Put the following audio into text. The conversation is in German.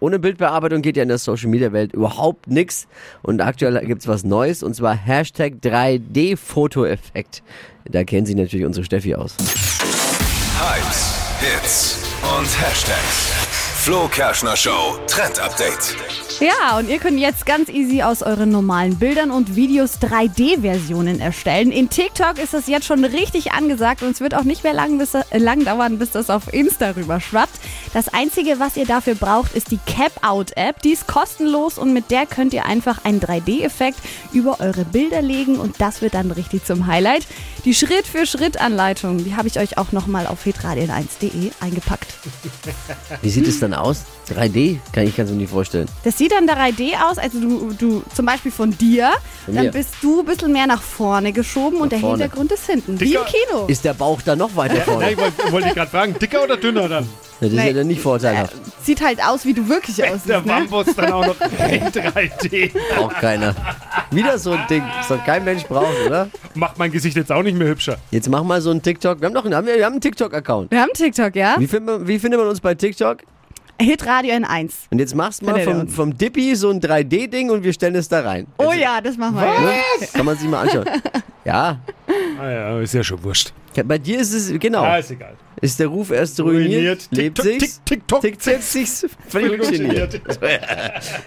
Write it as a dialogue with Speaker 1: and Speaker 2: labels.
Speaker 1: Ohne Bildbearbeitung geht ja in der Social Media Welt überhaupt nichts. Und aktuell gibt's was Neues und zwar Hashtag 3D-Fotoeffekt. Da kennen Sie natürlich unsere Steffi aus.
Speaker 2: Hypes, Hits und Hashtags. Flo Kerschner Show Trend Update.
Speaker 3: Ja, und ihr könnt jetzt ganz easy aus euren normalen Bildern und Videos 3D-Versionen erstellen. In TikTok ist das jetzt schon richtig angesagt und es wird auch nicht mehr lang, bis, äh, lang dauern, bis das auf Insta rüberschwappt. Das Einzige, was ihr dafür braucht, ist die Cap-Out-App. Die ist kostenlos und mit der könnt ihr einfach einen 3D-Effekt über eure Bilder legen und das wird dann richtig zum Highlight. Die Schritt-für-Schritt-Anleitung, die habe ich euch auch nochmal auf hitradion1.de eingepackt.
Speaker 1: Wie sieht es dann aus? 3D? Kann ich ganz so nie vorstellen.
Speaker 3: Das sieht dann 3D aus, also du, du zum Beispiel von dir,
Speaker 1: Von mir.
Speaker 3: dann bist du ein bisschen mehr nach vorne geschoben und der
Speaker 1: vorne.
Speaker 3: Hintergrund ist hinten, wie im
Speaker 4: Dicker.
Speaker 3: Kino.
Speaker 1: Ist der Bauch dann noch weiter
Speaker 4: Ja,
Speaker 1: vorne?
Speaker 4: ich wollte wollte ich gerade fragen, dicker oder dünner dann?
Speaker 1: Das ist ja dann nicht vorteilhaft.
Speaker 3: Sieht halt aus, wie du wirklich aussiehst.
Speaker 4: Der
Speaker 3: Ne?
Speaker 4: Bambus dann auch noch in 3D.
Speaker 1: Braucht keiner. Wieder so ein Ding, das doch kein Mensch braucht, oder?
Speaker 4: Macht mein Gesicht jetzt auch nicht mehr hübscher.
Speaker 1: Jetzt machen wir so einen TikTok. Wir haben doch einen, haben wir, wir haben einen TikTok-Account.
Speaker 3: Wir haben TikTok, ja?
Speaker 1: Wie, find, man- wie findet man uns bei TikTok?
Speaker 3: Hitradio in 1.
Speaker 1: Und jetzt machst du mal
Speaker 3: Findet ihr
Speaker 1: vom,
Speaker 3: uns.
Speaker 1: vom Dippy so ein 3D-Ding und wir stellen es da rein.
Speaker 3: Oh ja, das machen wir.
Speaker 1: Ne? Kann man sich mal anschauen. Ja,
Speaker 4: Ah ja, ist ja schon wurscht.
Speaker 1: bei dir ist es, genau,
Speaker 4: Ja, ist egal.
Speaker 1: ist der Ruf erst ruiniert, lebt
Speaker 4: TikTok,
Speaker 1: sich's,
Speaker 4: Tick- TikTok,
Speaker 1: tick, setzt sich's, völlig
Speaker 4: Völlig
Speaker 1: ungeniert.
Speaker 4: ungeniert.